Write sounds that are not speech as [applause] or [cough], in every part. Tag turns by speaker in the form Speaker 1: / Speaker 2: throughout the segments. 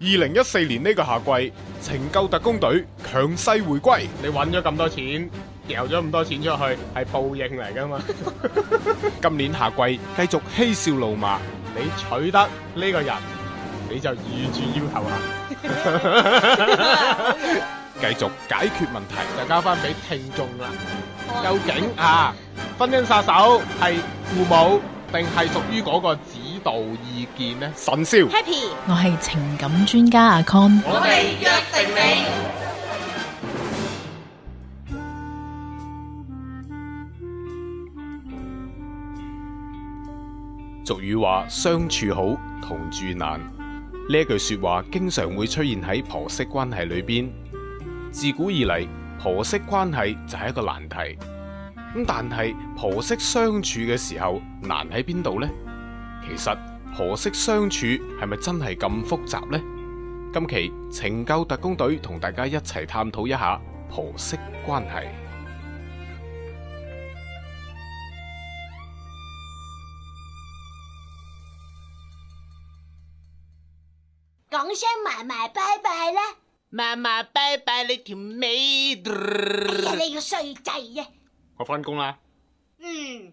Speaker 1: 二零一四年呢個夏季，情救特工隊強勢回歸。
Speaker 2: 你揾咗咁多錢，掉咗咁多錢出去，係報應嚟 [laughs] 噶嘛？
Speaker 1: 今年夏季繼續嬉笑怒罵，
Speaker 2: 你取得呢個人，你就預住要求啦，
Speaker 1: 繼續解決問題。
Speaker 2: 就交翻俾聽眾啦。究竟啊，婚姻殺手係父母定係屬於嗰個指導意見呢？
Speaker 1: 神少
Speaker 3: Happy，
Speaker 4: 我係情感專家阿 Con，
Speaker 3: 我哋約定你。
Speaker 1: 俗語話相處好同住難，呢一句說話經常會出現喺婆媳關係裏邊。自古以嚟，婆媳關係就係一個難題。咁但係婆媳相處嘅時候難喺邊度呢？其實婆媳相處係咪真係咁複雜呢？今期情救特工隊同大家一齊探討一下婆媳關係。
Speaker 3: 講聲埋埋拜拜啦！
Speaker 2: 嫲嫲拜拜你條尾，
Speaker 3: 哎呀，你個衰仔啊！
Speaker 2: 我翻工啦。
Speaker 3: 嗯，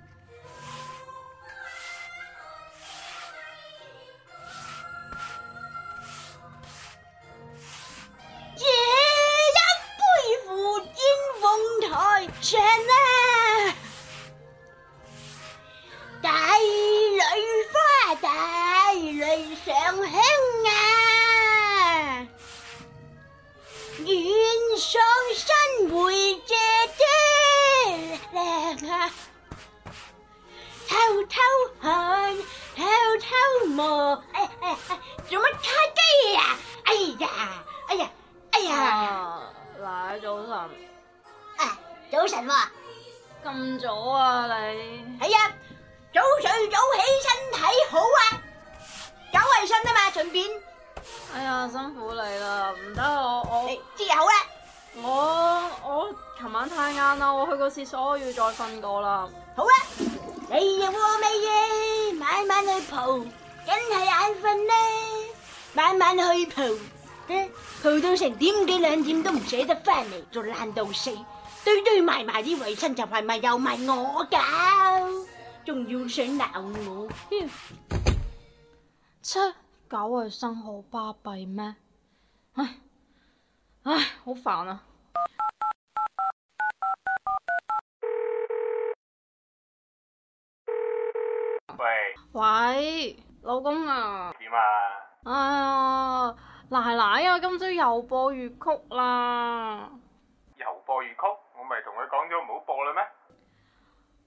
Speaker 3: 夜一杯赴天鳳台上啊！大女花大女上香啊！願上身回謝爹娘啊！偷偷看，偷偷摸，哎哎哎做乜卡機啊？哎呀，哎呀，哎呀！
Speaker 5: 啊！奶早晨，
Speaker 3: 啊，早晨喎、
Speaker 5: 咁早啊你？
Speaker 3: 係啊，早睡早起身體好啊，搞衞生啊嘛，順便
Speaker 5: 哎呀，辛苦你啦，唔得我
Speaker 3: 你知就好啦。
Speaker 5: 我我我琴晚太晏啦，我去個廁所要再瞓過啦。
Speaker 3: 好啊，你有我未嘅，晚晚去蒲，梗係眼瞓啦。晚晚去蒲，哼蒲到成點幾兩點都唔捨得翻嚟，就爛到死，堆堆埋埋啲衞生就係咪又咪我搞，仲要想鬧我，哼
Speaker 5: 切，搞衞啊生好巴閉咩？唉唉，好煩啊！
Speaker 2: 喂，
Speaker 5: 喂，老公啊，
Speaker 2: 點啊？
Speaker 5: 哎呀，奶奶啊，今朝又播粵曲啦。
Speaker 2: 又播粵曲，我咪同佢講咗唔好播啦咩？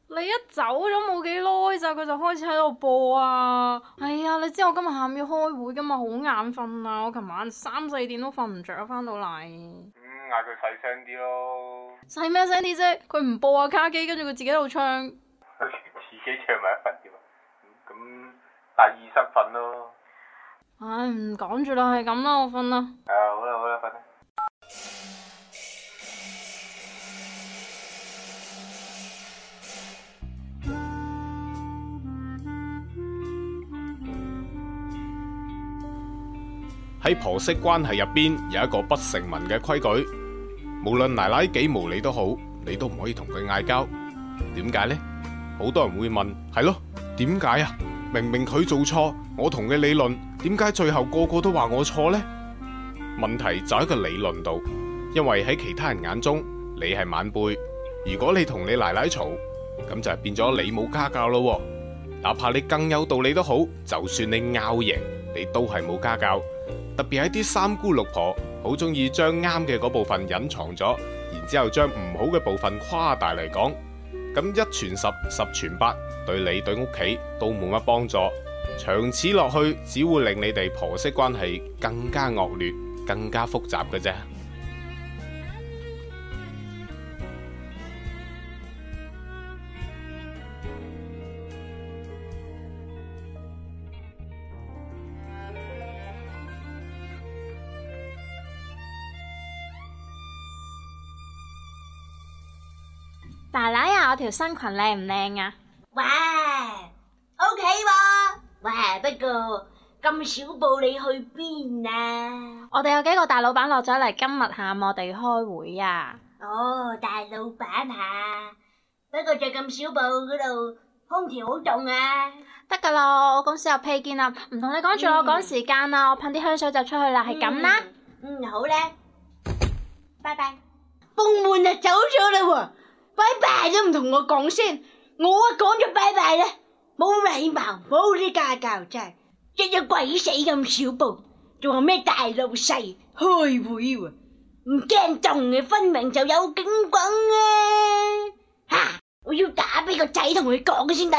Speaker 5: 你一走咗冇幾耐咋，佢就開始喺度播啊！哎呀，你知我今日下午要開會噶嘛，好眼瞓啊！我琴晚三四點都瞓唔着，翻到嚟
Speaker 2: 嗯，嗌佢細聲啲咯， [laughs]
Speaker 5: 細咩聲啲啫？佢唔播啊卡機，跟住佢自己喺度唱。
Speaker 2: 自己唱埋一份添啊。咁第二室瞓咯。
Speaker 5: 唉，唔講住啦，係咁啦，我瞓啦。
Speaker 2: 啊，好啦好啦，瞓啦。
Speaker 1: 喺婆媳關係入邊有一個不成文嘅規矩，無論奶奶幾無理都好，你都唔可以同佢嗌交。點解呢？好多人會問，係咯，點解啊？明明佢做錯，我同佢理論，點解最後個個都話我錯呢？問題就喺個理論度，因為喺其他人眼中，你係晚輩。如果你同你奶奶嘈，咁就係變咗你冇家教咯喎。哪怕你更有道理都好，就算你拗贏，你都係冇家教。特別係啲三姑六婆，好中意將啱嘅嗰部分隱藏咗，然之後將唔好嘅部分誇大嚟講。咁一傳十，十傳八，對你對屋企都冇乜幫助。長此落去，只會令你哋婆媳關係更加惡劣、更加複雜嘅啫。
Speaker 5: 奶奶啊，我條新裙靚唔靚啊？
Speaker 3: 哇，OK 喎，哇，不過咁少布你去邊啊？
Speaker 5: 我哋有幾個大老闆落咗嚟，今日下午我哋開會啊。
Speaker 3: 哦，大老闆下，不過着咁少布嗰度空調好凍啊！
Speaker 5: 得噶啦，我公司有披肩啦，唔同你講住啦，我
Speaker 3: 嗯
Speaker 5: 趕時間啦，我噴啲香水就出去啦，係咁啦。
Speaker 3: 嗯。嗯，好啦，拜拜。崩門啊，走咗啦喎，拜拜都唔同我講聲，我啊講咗拜拜啦，冇禮貌，冇啲家教真係，日日鬼死咁少步，仲話咩大老細開會喎、唔驚凍嘅，分明就有警棍啊！吓、我要打俾個仔同佢講先得。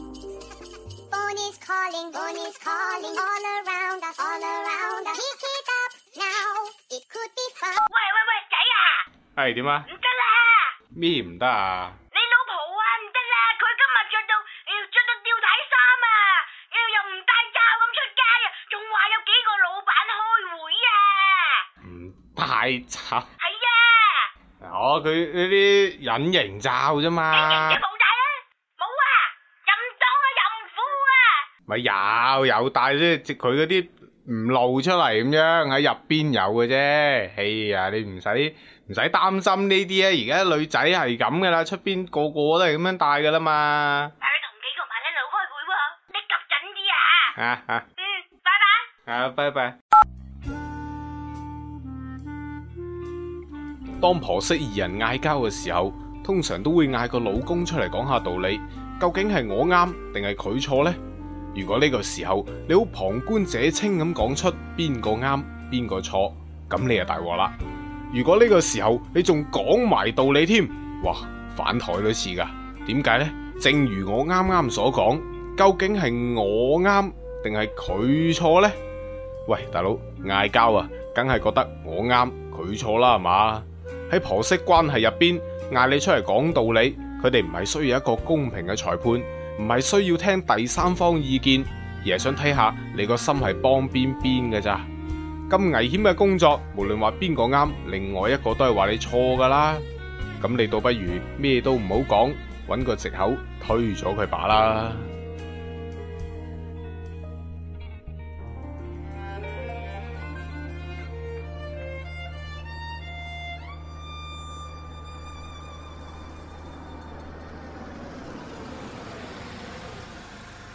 Speaker 6: Phone is calling, phone is calling, all around us, all around us. Pick it up now, it could be fun.
Speaker 7: 喂喂喂，仔啊，
Speaker 1: 系點啊？
Speaker 7: 唔得啦，
Speaker 1: 咩唔得啊？
Speaker 7: 你老婆啊唔得啦，佢今日着到要着到吊帶衫啊，要又唔戴罩咁出街啊，仲話有幾個老闆開會啊，
Speaker 1: 唔太慘。
Speaker 7: 係啊，
Speaker 1: 哦，佢呢啲隱形罩啫嘛
Speaker 7: 你，冇戴啊？冇啊，淫蕩啊淫婦啊，
Speaker 1: 咪有有戴啫，即佢嗰啲唔露出嚟咁樣喺入邊有嘅啫。哎呀，你唔使唔使擔心呢啲啊，而家女仔係咁噶啦，出邊個個都係咁樣戴噶啦嘛。
Speaker 7: 但佢哎同幾個麻甩佬開會喎，你及緊啲啊，
Speaker 1: 啊啊
Speaker 7: 嗯，拜拜。
Speaker 1: 啊！拜拜。當婆媳二人嗌交嘅時候，通常都會嗌個老公出嚟講下道理，究竟係我啱定係佢錯呢？如果呢個時候你好旁觀者清咁講出邊個啱邊個錯，咁你就大鑊啦。如果呢個時候你仲講埋道理添，哇，反台都似噶。點解呢？正如我啱啱所講，究竟係我啱定係佢錯呢？喂，大佬嗌交啊，梗係覺得我啱佢錯啦，係嘛？喺婆媳關係入邊，嗌你出嚟講道理，佢哋唔係需要一個公平嘅裁判，唔係需要聽第三方意見，而係想睇下你個心係幫邊邊嘅咋。咁危險嘅工作，無論話邊個啱，另外一個都係話你錯噶啦。咁你倒不如咩都唔好講，揾個藉口推咗佢把啦。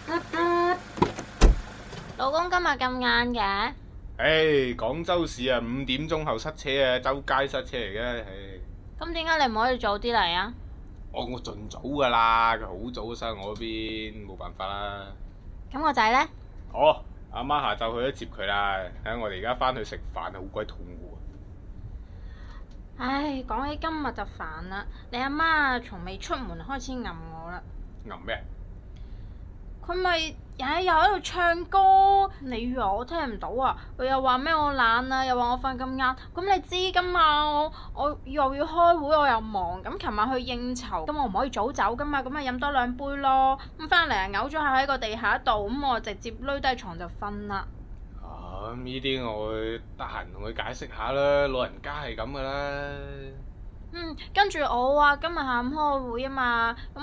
Speaker 5: 嗯老公今日咁晏嘅，
Speaker 1: 唉，廣州市啊，五點鐘後塞車啊，周街塞車嚟嘅。唉，哦
Speaker 5: 咁點解你唔可以早啲嚟啊？
Speaker 1: 我我盡早噶啦，佢好早都塞我嗰邊，冇辦法啦。
Speaker 5: 咁個仔呢？
Speaker 1: 哦，阿媽下晝去咗接佢啦。唉，我哋而家翻去食飯啊，好鬼肚餓
Speaker 5: 唉，講起今日就煩啦，你阿媽從未出門開始吟我啦，
Speaker 1: 啊。吟咩？
Speaker 5: 佢咪日日又喺度唱歌，你以為我聽唔到啊？佢又話咩我懶啊，又話我瞓咁晏，咁你知㗎嘛？我我又要開會，我又忙，咁琴晚去應酬，咁我唔可以早走㗎嘛，咁咪飲多兩杯咯，咁翻嚟啊嘔咗下喺個地下度，咁我直接攏低床就瞓啦。
Speaker 1: 啊，咁呢啲我會得閒同佢解釋下啦。老人家係咁噶啦。
Speaker 5: 嗯，跟住我話今日下午開會啊嘛，咁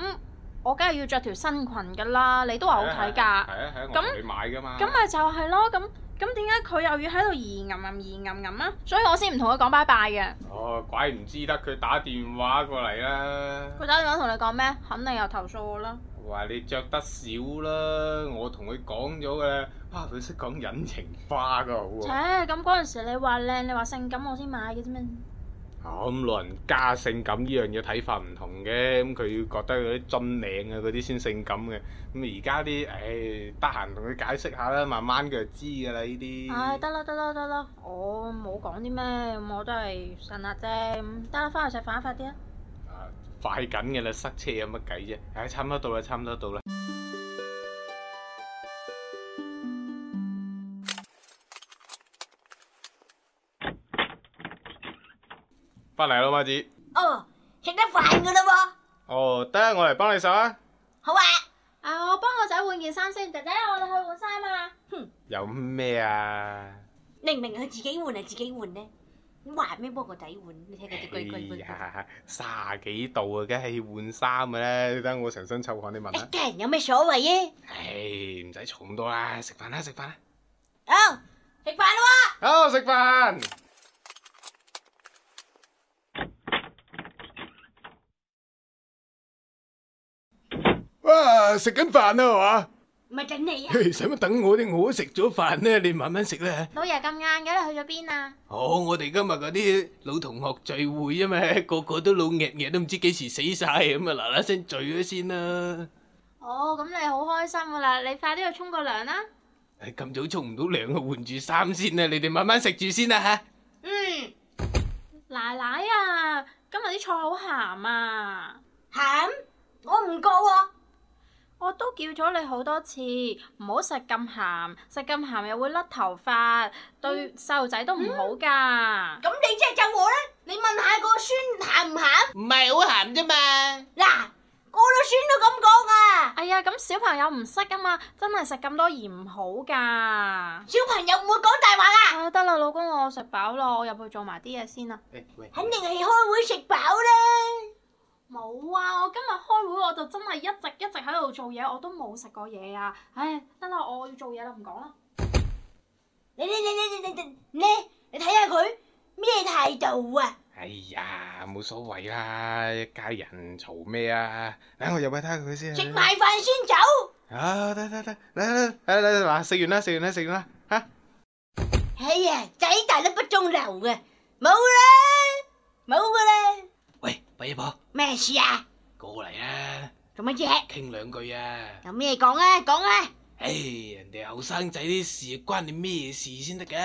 Speaker 5: 我梗係要着條新裙㗎啦，你都話好睇
Speaker 1: 係
Speaker 5: 㗎
Speaker 1: 啊，，係啊，係啊我
Speaker 5: 咁
Speaker 1: 同你買噶嘛。
Speaker 5: 咁咪就係咯，咁咁點解佢又要喺度疑吟吟疑吟吟啊？所以我先唔同佢講拜拜嘅。
Speaker 1: 哦，怪唔之得佢打電話過嚟啦。
Speaker 5: 佢打電話同你講咩？肯定又投訴我啦。
Speaker 1: 話你着得少啦，我同佢講咗嘅，啊佢識講隱情花噶好
Speaker 5: 切，
Speaker 1: 喎，
Speaker 5: 咁嗰陣時你話靚，你話性感，我先買嘅啫咩？
Speaker 1: 啊咁老人家性感呢樣嘢睇法唔同嘅，咁佢要覺得嗰啲樽領啊嗰啲先性感嘅，咁而家啲唉得閒同佢解釋下啦，慢慢佢就知㗎啦呢啲。
Speaker 5: 唉，得啦得啦得啦，我冇講啲咩，咁我都係神辣啫。咁得啦，翻去食飯快啲啊！
Speaker 1: 啊快緊嘅啦，塞車有乜計啫？唉、差唔多到啦，差唔多到啦。翻嚟啦，媽子。
Speaker 3: 哦，食得飯噶啦喎，
Speaker 1: 哦，得，我嚟幫你手啊。
Speaker 3: 好啊。
Speaker 5: 啊，我幫個仔換件衫先，姐姐，我哋去換衫啊！
Speaker 1: 有咩啊？
Speaker 3: 明明佢自己換係自己換咧，咁話咩幫個底換？你睇佢啲鬼鬼鬼鬼，
Speaker 1: 呀，卅幾度啊，梗係換衫嘅咧，等我成身臭汗，你問
Speaker 3: [laughs] 一
Speaker 1: 啦。
Speaker 3: 家人有咩所謂啊？
Speaker 1: 唉，唔使嘈咁多啦，食飯啦，食飯啦。
Speaker 3: 好，食飯啦喎！
Speaker 1: 好，食飯。哇，食緊飯啦，
Speaker 3: 唔係等你啊！
Speaker 1: 係嘛？使乜等我啲？我都食咗飯咧，你慢慢食啦。
Speaker 5: 老爺咁晏嘅，你去咗邊啊？
Speaker 1: 好，我哋今日嗰啲老同學聚會啊嘛，個個都老硬硬，都唔知幾時死晒，咁啊嗱嗱聲聚咗先啦。
Speaker 5: 哦，咁你好開心噶啦，你快啲去沖個涼啦。
Speaker 1: 唉咁早沖唔到涼啊，換住衫先啦，你哋慢慢食住先啦吓。
Speaker 3: 嗯，
Speaker 5: 奶奶啊，今日啲菜好鹹啊！
Speaker 3: 鹹我唔覺喎，
Speaker 5: 我都叫咗你好多次，唔好食咁鹹，食咁鹹又會甩頭髮，對細路仔都唔好㗎。
Speaker 3: 咁你即係咒我啦！你問下個孫鹹唔鹹？
Speaker 1: 唔係好鹹啫嘛。
Speaker 3: 嗱，個個孫都咁講噶，
Speaker 5: 哎呀，咁小朋友唔識啊嘛，真係食咁多鹽唔好㗎。啊，
Speaker 3: 小朋友唔會講大話噶，
Speaker 5: 得啦，老公，我食飽啦，我入去做埋啲嘢先啦。
Speaker 1: 誒喂，
Speaker 3: 肯定係開會食飽啦。
Speaker 5: 冇啊！我今日開會我就真係一直一直喺度做嘢，我都冇食過嘢啊！唉，得啦，我要做嘢啦，唔講啦。
Speaker 3: 你你你你你你你，你睇下佢咩態度啊？
Speaker 1: 哎呀，冇所謂啦，一家人嘈咩啊？等我入去睇下佢先啊。
Speaker 3: 食埋飯先走。
Speaker 1: 啊，得得得，嚟嚟嚟嚟嗱，食完啦，食完啦，食完啦，吓。
Speaker 3: 哎呀，仔大都不中留嘅，冇啦，冇噶啦。
Speaker 1: 喂，八姨婆，
Speaker 3: 咩事啊？
Speaker 1: 過嚟啊，
Speaker 3: 做乜嘢？
Speaker 1: 傾兩句啊。
Speaker 3: 有咩講啊？講啊！
Speaker 1: 唉，人哋後生仔啲事關你咩事先得噶？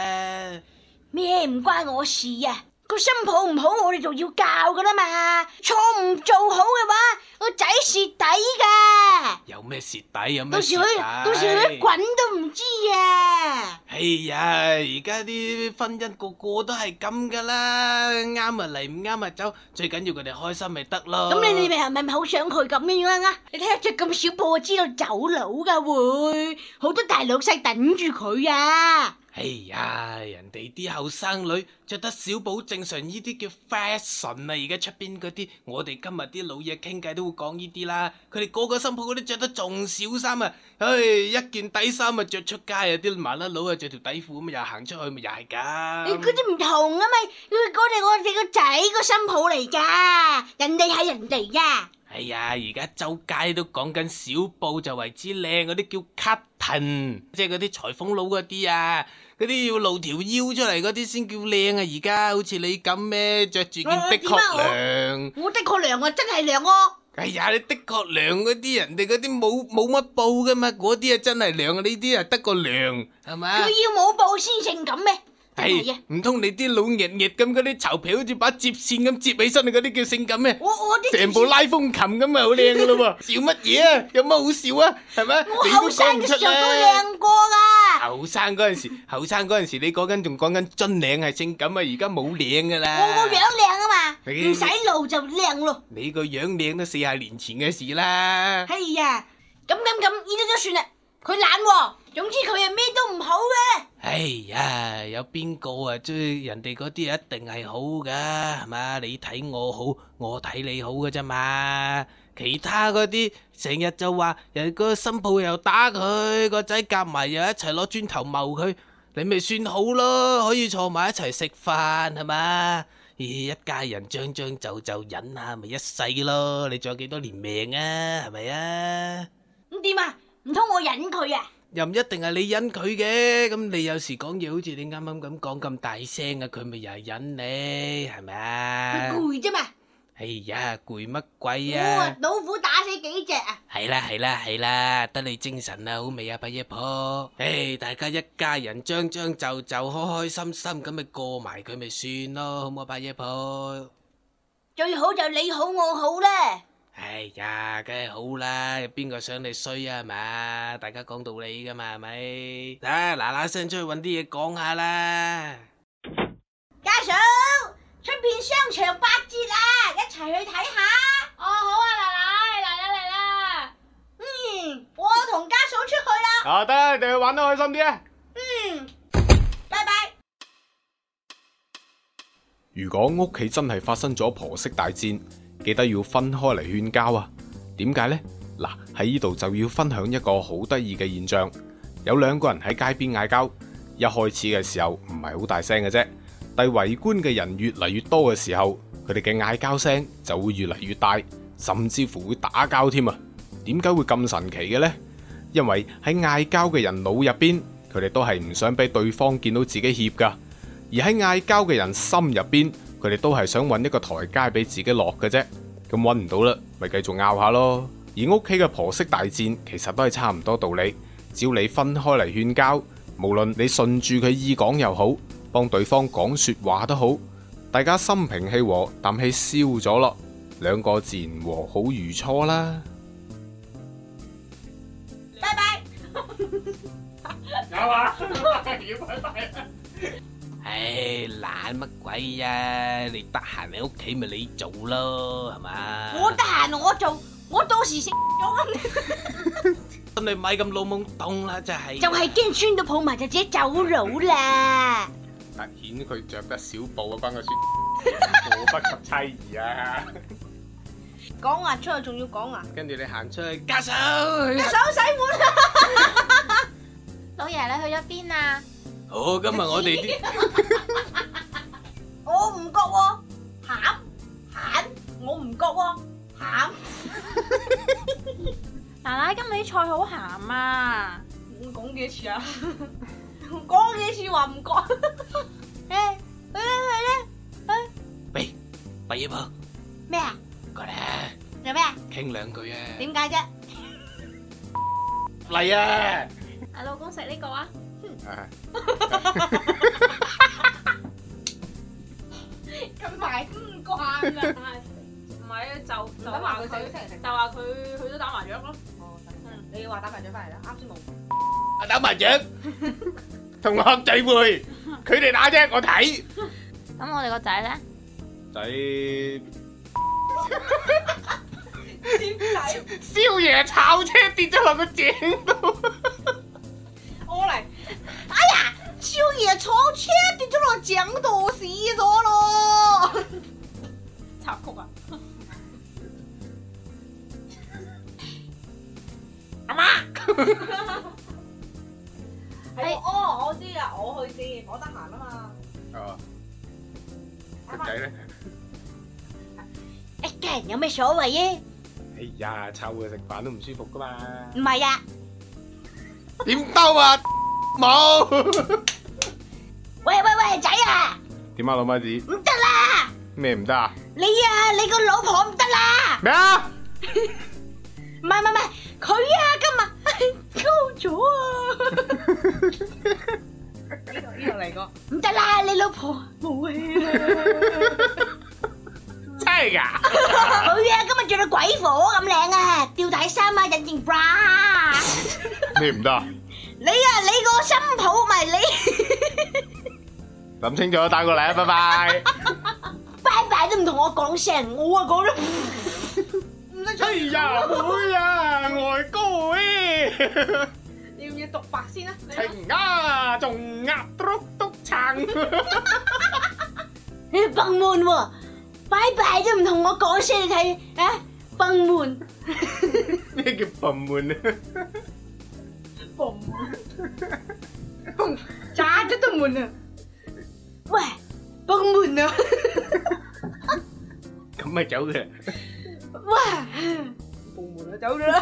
Speaker 3: 咩唔關我事啊？個新抱唔好，我哋就要教噶啦嘛。錯誤做好嘅話，個仔蝕底噶。
Speaker 1: 有咩蝕底有咩
Speaker 3: 到時
Speaker 1: 蝕
Speaker 3: 佢
Speaker 1: 底？
Speaker 3: 到時佢滾都唔知啊！
Speaker 1: 哎呀，而家啲婚姻個個都係咁噶啦，啱啊嚟，唔啱啊走，最緊要佢哋開心咪得咯。
Speaker 3: 咁你你咪係咪咪好想佢咁樣樣啊？你睇下着咁少布，我知道走佬噶會，好多大老細等住佢啊！
Speaker 1: 哎呀，人哋啲後生女着得少保正常，呢啲叫 fashion 啊！而家出邊嗰啲，我哋今日啲老嘢傾偈都會講呢啲啦。佢哋個個新抱嗰啲着得仲少衫啊！唉、一件底衫啊，着出街
Speaker 3: à,
Speaker 1: 啊，啲麻甩佬啊着條底褲咁又行出去咪又係
Speaker 3: 你嗰
Speaker 1: 㗎。
Speaker 3: 啲唔同啊嘛，佢嗰哋我哋個仔個新抱嚟噶，人哋係人哋啊！
Speaker 1: 哎呀，而家周街都講緊小布就為之靚，嗰啲叫 cutting，即係嗰啲裁縫佬嗰啲啊，嗰啲要露條腰出嚟嗰啲先叫靚啊！而家好似你咁咩，着住件
Speaker 3: 我
Speaker 1: 的
Speaker 3: 點啊
Speaker 1: 確
Speaker 3: 我
Speaker 1: 涼。
Speaker 3: 我的確涼啊，真係涼哦！
Speaker 1: 哎呀，你的確涼嗰啲人哋嗰啲冇冇乜布噶嘛，嗰啲啊真係涼啊，呢啲啊得個涼係嘛
Speaker 3: 佢？要冇布先成咁咩？真係啊
Speaker 1: 係！唔通你啲老熱熱咁嗰啲綢皮好似把接線咁接起身嗰啲叫性感咩？
Speaker 3: 我我啲
Speaker 1: 成部拉風琴咁啊，好靚噶咯喎！笑乜嘢啊？有乜好笑啊？係咪？
Speaker 3: 我
Speaker 1: 你
Speaker 3: 後
Speaker 1: 都
Speaker 3: 生
Speaker 1: 講唔
Speaker 3: 嘅
Speaker 1: 出
Speaker 3: 時候都
Speaker 1: 啦。
Speaker 3: 靚過噶，
Speaker 1: 後生嗰陣時，後生嗰陣時你講緊仲講緊樽領係性感啊，而家冇領噶
Speaker 3: 我
Speaker 1: 啦。
Speaker 3: 個樣靚啊嘛，
Speaker 1: 你
Speaker 3: 唔使露就靚咯。
Speaker 1: 你個樣靚都四十年前嘅事啦。
Speaker 3: 哎呀，咁咁咁，呢啲都算啦。佢懶喎，總之佢係咩都唔好嘅。
Speaker 1: 哎呀，有邊個啊追人哋嗰啲啊一定係好噶，係嘛？你睇我好，我睇你好嘅啫嘛。其他嗰啲成日就話人個新抱又打佢，個仔夾埋又一齊攞磚頭謀佢，你咪算好咯，可以坐埋一齊食飯係嘛？咦，一家人將將就就忍下咪一世咯，你仲有幾多年命啊？係咪啊？
Speaker 3: 咁點啊？唔通我忍佢啊？
Speaker 1: 又唔一定係你忍佢嘅，咁你有時講嘢好似你啱啱咁講咁大聲啊，佢咪又係忍你，係咪
Speaker 3: 佢
Speaker 1: 啊？
Speaker 3: 攰啫嘛。
Speaker 1: 哎呀，攰乜鬼
Speaker 3: 我啊
Speaker 1: 啊！
Speaker 3: 老虎打死幾隻啊？
Speaker 1: 係啦係啦係啦，得你精神啦，好未啊，八一婆？唉，大家一家人將將就就，開開心心咁咪過埋佢咪算咯，好唔好啊，八一婆？
Speaker 3: 最好就你好我好啦。
Speaker 1: 哎呀，梗係好啦，邊個想你衰
Speaker 8: à,
Speaker 1: 啊？係嘛，大家講道理噶嘛，係咪？啊，嗱嗱聲出去搵啲嘢講
Speaker 8: à
Speaker 1: 下啦。
Speaker 3: 家嫂，出邊商場八折啊，一齊去睇下。
Speaker 5: 哦，好啊，奶奶，嚟啦嚟啦！
Speaker 3: 嗯，我同家嫂出去啦。
Speaker 1: 好，得，你哋玩得開心啲啊！
Speaker 3: 嗯，拜拜。
Speaker 1: 如果屋企真係發生咗婆媳大戰，記得要分開嚟勸交啊！點解呢？嗱，喺呢度就要分享一個好得意嘅現象，有兩個人喺街邊嗌交，一開始嘅時候唔係好大聲嘅啫，但係圍觀嘅人越嚟越多嘅時候，佢哋嘅嗌交聲就會越嚟越大，甚至乎會打交添啊！點解會咁神奇嘅呢？因為喺嗌交嘅人腦入邊，佢哋都係唔想俾對方見到自己怯噶；而喺嗌交嘅人心入邊，佢哋都係想揾一個台階俾自己落嘅啫。咁揾唔到啦，咪繼續拗下咯。而屋企嘅婆媳大戰其實都係差唔多道理，只要你分開嚟勸交，無論你順住佢意講又好，幫對方講說話都好，大家心平氣和，啖氣消咗咯，兩個自然和好如初啦。
Speaker 3: 拜拜。
Speaker 2: 有啊，要拜拜。
Speaker 8: 唉，懶乜鬼啊！你得閒喺屋企咪你做咯，係嘛？
Speaker 3: 我得閒我做，我到時食咗
Speaker 8: 真係咪咁老懵懂啦，真係。
Speaker 3: 就係驚酸到抱埋就自己走佬啦。
Speaker 2: 突顯佢着得少布啊，關個孫步不及妻兒啊！ [laughs]
Speaker 3: 講啊，出去仲要講啊，
Speaker 2: 跟住你行出去，
Speaker 8: 家嫂，
Speaker 3: 手洗碗啊！
Speaker 9: 老爺你去咗邊啊？
Speaker 8: 好，今日我哋啲
Speaker 3: 我唔覺喎，鹹鹹，我唔覺喎，鹹
Speaker 5: 奶奶，今日啲菜好鹹啊！
Speaker 3: 我講幾次 [laughs] 啊？我講幾次話唔覺？誒，去啦去啦，
Speaker 8: 喂，畢業啊，
Speaker 3: 咩啊？
Speaker 8: 過嚟
Speaker 3: 做咩啊？
Speaker 8: 傾兩句啊。
Speaker 3: 點解啫？
Speaker 2: 嚟啊！
Speaker 9: 啊老公食呢個啊？
Speaker 3: 咁埋唔慣啊！
Speaker 5: 唔係啊，就就
Speaker 3: 唔敢話
Speaker 5: 話
Speaker 3: 佢
Speaker 5: 佢
Speaker 3: 食食食
Speaker 5: 就話佢去咗打麻雀咯。
Speaker 3: 你話打麻雀翻嚟啦，啱先冇。
Speaker 2: 打麻雀，同學聚會，佢哋打啫，我睇。
Speaker 9: 咁我哋個仔咧？
Speaker 1: 仔
Speaker 2: 哎
Speaker 3: 點解？
Speaker 2: 宵爺炒車跌咗落個井度，
Speaker 3: 我嚟。哎呀，少爺坐車跌咗落井度死咗咯！
Speaker 5: 插曲啊！
Speaker 9: 係
Speaker 3: 哦，我知啦，我去先，我得閒啊嘛。
Speaker 2: 哦，個仔咧，
Speaker 3: 一家人有咩所謂啫？
Speaker 2: 哎呀，湊佢食飯都唔舒服噶嘛。
Speaker 3: 唔係啊，
Speaker 2: 點兜啊？冇。
Speaker 3: 喂喂喂，仔啊，
Speaker 1: 點啊，老媽子
Speaker 3: 唔得啦！
Speaker 1: 咩唔得啊？
Speaker 3: 你啊，你個老婆唔得啦！
Speaker 1: 咩啊？
Speaker 3: 唔係唔係唔係，佢啊今日溝咗啊！
Speaker 5: 呢度嚟個
Speaker 3: 唔得啦，你老婆冇氣啦！
Speaker 2: 真係㗎？
Speaker 3: [laughs] 佢啊今日着到鬼火咁靚啊，吊帶衫啊，隱形 bra。
Speaker 1: 咩唔得啊？
Speaker 3: 你啊，你個新抱咪你，
Speaker 1: 諗清楚，打過嚟啊！拜
Speaker 2: [laughs]
Speaker 1: 拜。
Speaker 3: 拜拜都唔同我講聲，我啊講咗。
Speaker 2: 哎呀，妹啊，外公喂，
Speaker 5: 要唔要獨白先啊？你諗
Speaker 2: 情啊，仲鴨篤篤 [laughs] 撐。
Speaker 3: 你崩門喎，拜拜都唔同我講聲，你睇啊，崩門。
Speaker 2: 咩叫笨門啊？
Speaker 3: 炸咗道門啊！喂，崩門啊！
Speaker 2: 咁咪走嘅。
Speaker 3: 喂，崩門啊，走咗啦！